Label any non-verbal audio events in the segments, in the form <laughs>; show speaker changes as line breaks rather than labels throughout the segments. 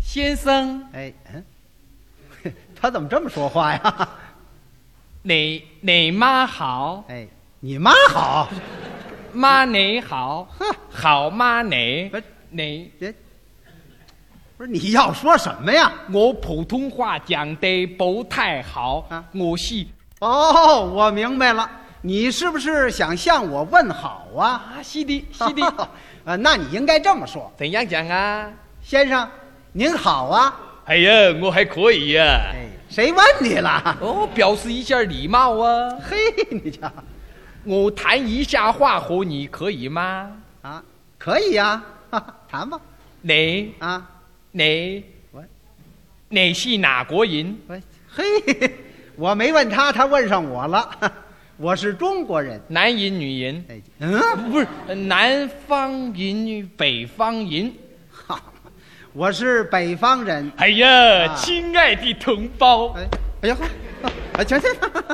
先生，
哎，嗯，他怎么这么说话呀？ <laughs>
你你妈好，
哎，你妈好，
妈你好，
哼，
好妈你
不是
你，
别，不是你要说什么呀？
我普通话讲的不太好，
啊
我是
哦，我明白了，你是不是想向我问好啊？
啊，是的，是
<laughs>
的，
呃，那你应该这么说，
怎样讲啊？
先生，您好啊。
哎呀，我还可以啊呀、
哎，谁问你了？ <laughs>
哦，表示一下礼貌啊。
嘿，你瞧，
我谈一下话和你可以吗？
啊，可以呀、哈哈谈吧。
你
啊，
你
我
你是哪国人？
我嘿， <laughs> 我没问他，他问上我了。我是中国人。
男人、女人？
哎，嗯， <laughs>
不是，呃南方人、北方人。
好，我是北方人。
哎呀，
啊
亲爱的同胞，
哎，哎呀， <laughs> 哎，行行， <laughs>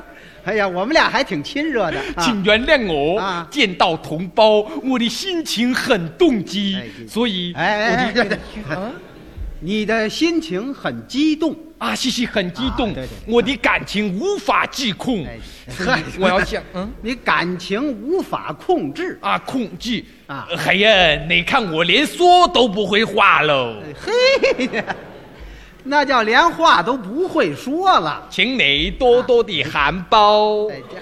哎呀，我们俩还挺亲热的。啊、
请原谅我、
啊
见到同胞，我的心情很动机，
哎这
所以
哎哎哎
我的
对对
啊
你的心情很激动。
啊，西西很激动、
啊对对
我的感情无法自控，
哎，
所
<laughs>
以我要想嗯。
你感情无法控制。
啊，控制
啊
哎呀，你看我连说都不会话喽，
哎嘿， <laughs> 那叫连话都不会说了。
请你多多的含苞。
哎，这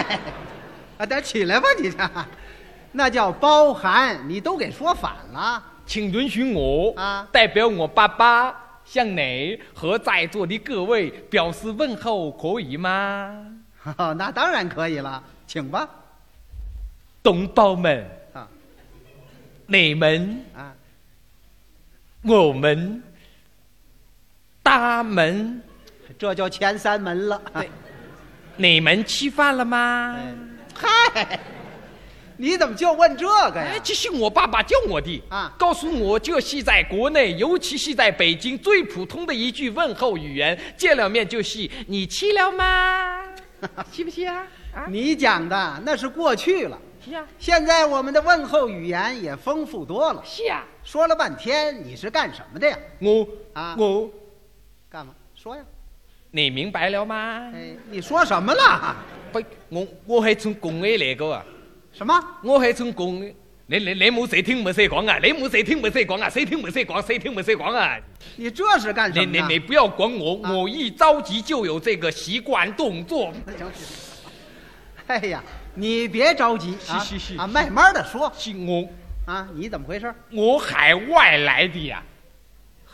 嗨， <laughs> 啊，得起来吧你这，那叫包含，你都给说反了。 <laughs>
请允许我
啊
代表我爸爸向你和在座的各位表示问候，可以吗？
哦，那当然可以了，请吧。
同胞们，
啊
你们、
啊，
我们、他们，
这就前三门了。
对你们吃饭了吗？
哎，嗨，你怎么就问这个
哎
呀，？
这是我爸爸教我的
啊
告诉我这是在国内，尤其是在北京最普通的一句问候语言，见了面就是“你吃了吗？ <laughs> 吃不吃啊？啊，
你讲的那是过去了，
是啊，
现在我们的问候语言也丰富多了。
是啊。
说了半天，你是干什么的呀？
我
啊
我，
干嘛？说呀。
你明白了吗？
哎，你说什么了？
不，我我还从国外来过啊，
什么？
我还从国外。你你你冇谁听冇谁讲啊！你冇谁听冇谁讲啊！谁听冇谁讲？谁听冇谁讲啊！
你这是干什
你
么
你
呢？
你不要管我，
啊
我一着急就有这个习惯动作。
行行哎呀，你别着急啊，
是是是
啊，慢慢的说
是我
啊，你怎么回事？
我海外来的呀，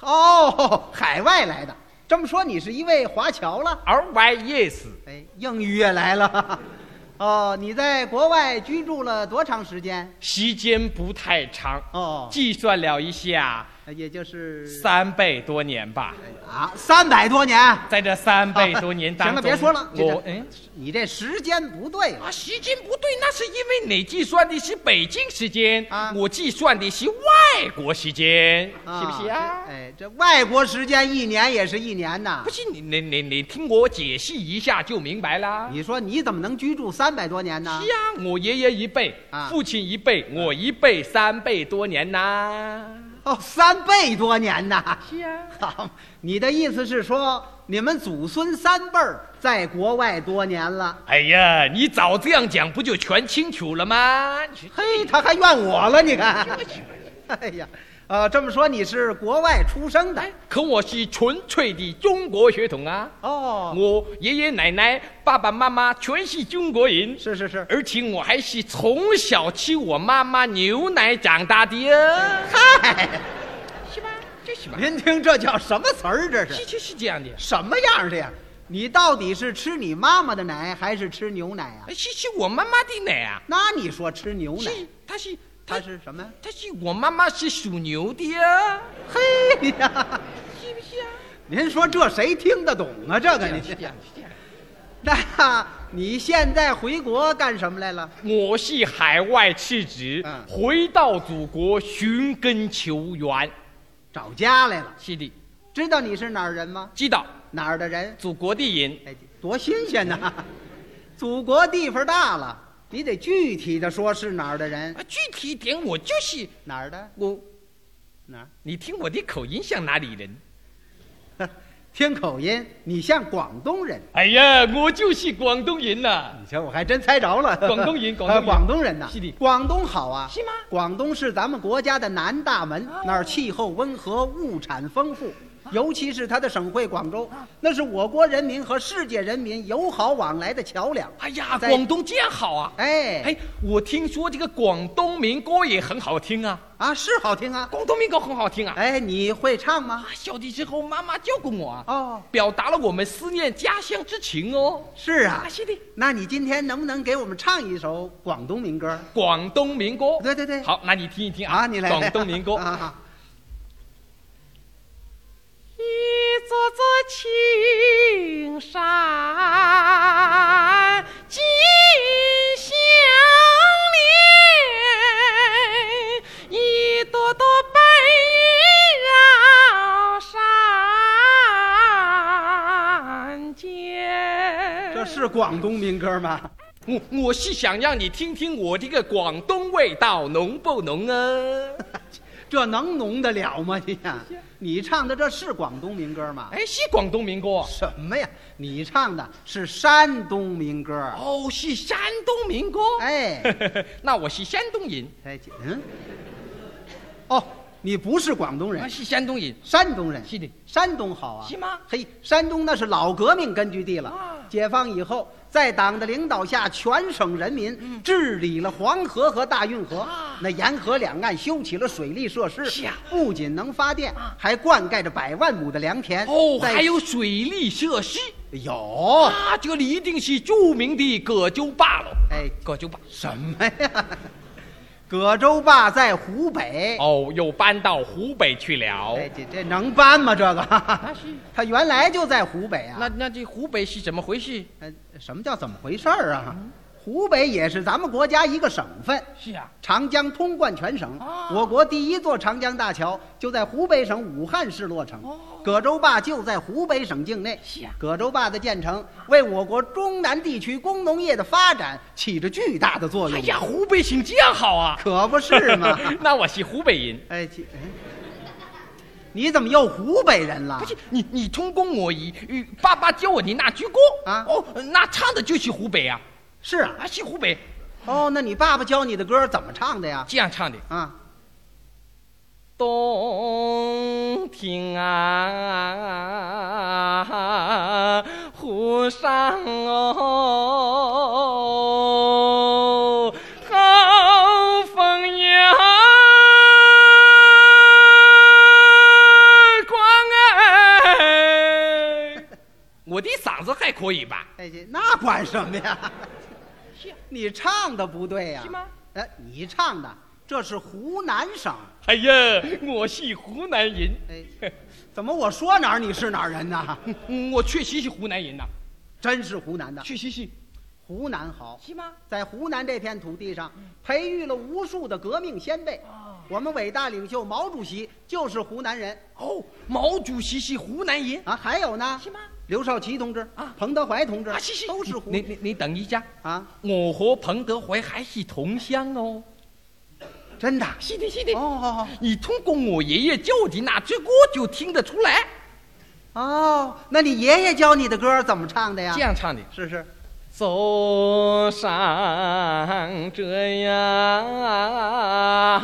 哦，海外来的，这么说你是一位华侨了？
r y yes，
哎，英语也来了。 <laughs> 哦，你在国外居住了多长时间？
时间不太长，
哦，
计算了一下，
也就是
三倍多年吧。
啊，三百多年。
在这三倍多年当中，
行了，别说了，这
我
这
嗯
你这时间不对了。
啊，时间不对，那是因为你计算的是北京时间，
啊
我计算的是外国时间，是不是啊
这？哎，这外国时间一年也是一年呐
不。是你你你你听我解释一下就明白啦。
你说你怎么能居住三百多年呢
是？啊，我爷爷一辈，
啊
父亲一辈，我一辈，三倍多年呐、
哦，三倍多年呐！ <laughs>
是啊。
好，你的意思是说，你们祖孙三辈儿在国外多年了？
哎呀，你早这样讲不就全清楚了吗？
嘿，他还怨我了，你看。哎呀，呃，这么说你是国外出生的
哎？，可我是纯粹的中国血统啊！
哦，
我爷爷奶奶、爸爸妈妈全是中国人，
是是是。
而且我还是从小吃我妈妈牛奶长大的呀，
嗨，
是吧？就是吧？
您听这叫什么词儿？这
是
是
是是这样的。
什么样儿的呀？你到底是吃你妈妈的奶还是吃牛奶呀、
哎是是我妈妈的奶啊，
那你说吃牛奶，
是她是
它
她
是什么呀？
她是我妈妈是属牛的呀，
嘿呀，
是不是啊？
您说这谁听得懂啊？这个你
是这样是这样。
那你现在回国干什么来了？
我是海外赤子，
嗯
回到祖国寻根求源。
找家来了。
是的，
知道你是哪儿人吗？
知道
哪儿的人？
祖国的人，
哎，多新鲜呐！ <laughs> 祖国地方大了，你得具体的说是哪儿的人，
啊，具体点我就是
哪儿的，
我
哪？
你听我的口音像哪里人？
<laughs> 听口音，你像广东人。
哎呀，我就是广东人呐、
你瞧，我还真猜着了。
广东人广东
呃
人
<laughs> 广东人呐，
是的
广东好啊，
是吗啊
广东是咱们国家的南大门，那儿气候温和，物产丰富，尤其是它的省会广州，那是我国人民和世界人民友好往来的桥梁。
哎呀，
在
广东这样好啊！
哎
哎，我听说这个广东民歌也很好听啊，
啊，是好听啊！
广东民歌很好听啊。
哎，你会唱吗？
小的时候妈妈教过我啊，
哦，
表达了我们思念家乡之情哦。
是啊。
是的，
那你今天能不能给我们唱一首广东民歌？
广东民歌。
对对对，
好，那你听一听啊，
啊，你来。
广东民歌。
<laughs> 啊啊
一座座青山紧相连，一朵朵白云绕山间。
这是广东民歌吗？
我，我是想让你听听我这个广东味道浓不浓啊？
这能浓得了吗？你呀，你唱的这是广东民歌吗？
哎，是广东民歌啊。
什么呀？你唱的是山东民歌。
哦，是山东民歌。
哎，
<laughs> 那我是山东人，
哎，嗯，哦，你不是广东
我
人，
是山东人，
山东人。
是的，
山东好啊
是。吗？
嘿，山东那是老革命根据地了
啊。
解放以后，在党的领导下，全省人民治理了黄河和大运河
嗯啊，
那沿河两岸修起了水利设施
是啊，
不仅能发电
啊，
还灌溉着百万亩的良田。
哦，
在
还有水利设施
有 <laughs>
啊，这里一定是著名的葛洲坝了。
哎
葛洲坝什么？
哎呀，葛洲坝在湖北。
哦，又搬到湖北去了。
哎，这这能搬吗？这
那
个， <laughs>
是，
他原来就在湖北啊。
那那这湖北是怎么回事？
哎什么叫怎么回事儿啊？湖北也是咱们国家一个省份。
是啊，
长江通贯全省
哦，
我国第一座长江大桥就在湖北省武汉市落成
哦，
葛洲坝就在湖北省境内
是啊。
葛洲坝的建成，为我国中南地区工农业的发展起着巨大的作
哎
用。
呀，湖北省这样好啊！
可不是嘛！ <laughs>
<laughs> 那我是湖北人。
哎，这哎你怎么又湖北人了
不？是你，你通过我一与爸爸教我的那句歌
啊
哦，那唱的就是湖北啊，
是啊，
啊是湖北
哦，那你爸爸教你的歌怎么唱的呀？
这样唱的。
啊，
洞庭啊，湖上哦，好风呀，光哎！我的嗓子还可以吧？
哎，这那管什
<laughs>
么呀？你唱的不对呀、
是吗？
哎，你唱的这是湖南省。
哎呀，我是湖南人，
哎，怎么我说哪儿你是哪儿人呐？
嗯我确实是湖南人呐、
<laughs> 真是湖南的，
确实是，
湖南好，
是嗯吗？
在湖南这片土地上，培育了无数的革命先辈。我们伟大领袖毛主席就是湖南人
哦，毛主席是湖南人
啊，还有呢，
吗？
刘少奇同志
啊
彭德怀同志
啊，是是，
都是湖
你你你等一下，
啊，
我和彭德怀还是同乡哦。
真的。
是的，是的
哦哦
你通过我爷爷教的那支歌就听得出来，
哦哦，那你爷爷教你的歌怎么唱的呀
这？样唱的。
是是，
走上这样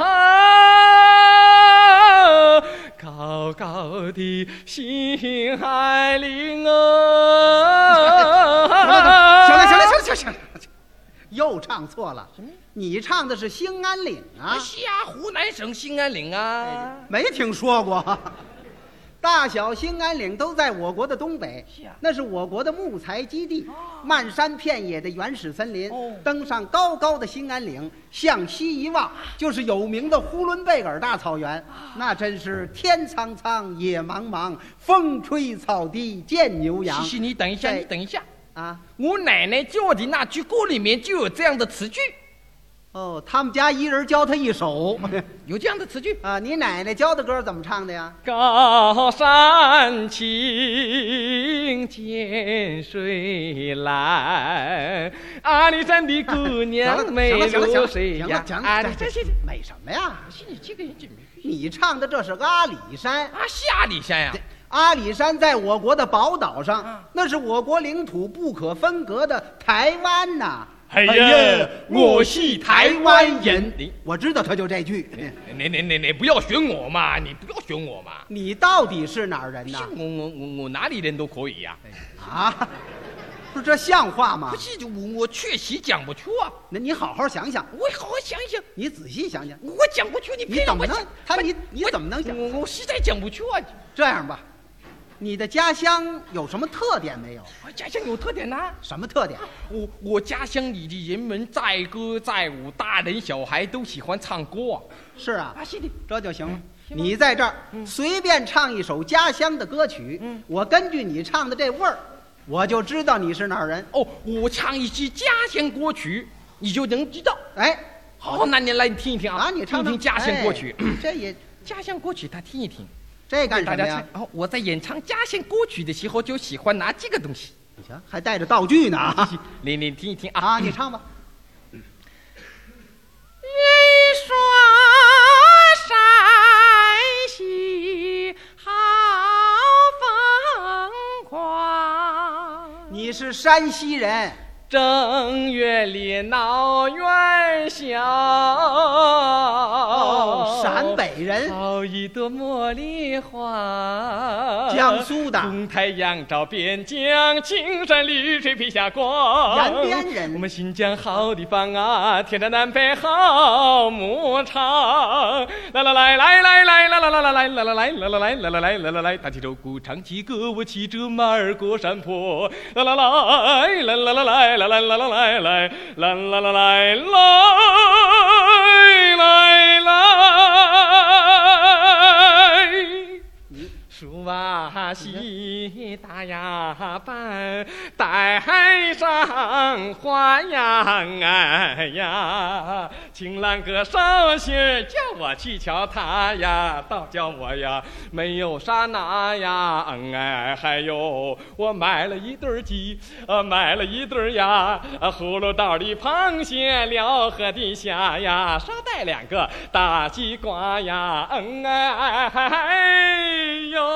高高的新海岭 <laughs> 哦
行了行了行了行了行了行了，又唱错了，你唱的是兴安岭啊
啊，，是啊，湖南省兴安岭啊。
没听说过。 <laughs> 大小兴安岭都在我国的东北
是啊，
那是我国的木材基地，漫山遍野的原始森林
哦。啊
登上高高的兴安岭，向西一望就是有名的呼伦贝尔大草原，那真是天苍苍，野茫茫，风吹草低见牛羊
西西，你等一下，
哎
你等一下，
啊！
我奶奶教的那句歌里面就有这样的词句，
哦，他们家一人教他
<laughs>
一首。
有这样的词句。
啊，你奶奶教的歌怎么唱的呀？
高山青，涧水蓝，阿里山的姑
行
娘
了
美
行了行了
如
行
水
了
呀
行了，行
阿
了，
里山
这
是
美什么呀？
是你这个人怎么？
你唱的这是阿里山，
啊，下里山呀、
这阿里山在我国的宝岛上，
啊
那是我国领土不可分割的台湾呐、
哎呀我系台湾人哎
你我知道他就这句。
你你你你不要选我嘛！你不要选我嘛！
你到底是哪儿人呐
像？我我我我哪里人都可以呀、
啊， <laughs> 不是这像话吗
不？是我我确实讲不出啊！
那你好好想想，
我好好想一想，
你仔细想想，
我讲不出，你
你
偏让
怎
我
么
讲
能？他
我
你你怎么能想？
我我实在讲不出啊！
这样吧，你的家乡有什么特点没有？
我家乡有特点呐、
什么特点？
我我家乡里的人们载歌载舞，大人小孩都喜欢唱歌啊！
是啊，
啊，是的，
这就行了。
行吧
你在这儿随便唱一首家乡的歌曲，
嗯
我根据你唱的这味儿，我就知道你是哪儿人。
哦，我唱一支家乡歌曲，你就能知道。
哎，
好，那你来你听一听啊，
啊，你唱
听听
唱
家乡歌曲，
哎这
<coughs>
也
家乡歌曲，他听一听。
这干
大
什
家
么
猜
呀？
哦，我在演唱家乡歌曲的时候就喜欢拿这个东西。
你瞧，还带着道具呢啊！ <laughs>
你你听一听啊，
啊，你唱吧。
人说
啊
山西好风光，
你是山西人，
正月里闹元宵，
哦
哦，
陕北人，
好一朵茉莉花，
江苏的
红太阳照边疆，青山绿水披霞光。
延边人
我们新疆好地方啊，天南南北好牧场。来来来来来来来来来来来来来来来来来来来来来来，打起手鼓，唱起歌，我骑着马儿过山坡。啦啦来来来来来来来来来来来啦啦啦来来来来。树瓦西大呀半，带上花样哎呀，情郎哥捎信儿叫我去瞧他呀，倒叫我呀没有刹那呀，嗯哎还有我买了一对儿鸡，呃买了一对儿呀，啊葫芦岛的螃蟹，辽河的虾呀，捎带两个大西瓜呀，嗯哎哎呦，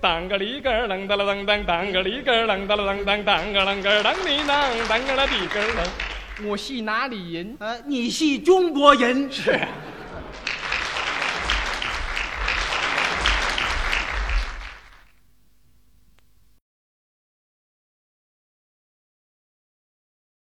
当个里个儿啷当啷当当个里个儿啷当啷当当个啷个啷里啷当个啷里个啷。我是哪里人？
呃，你系中国人，
是啊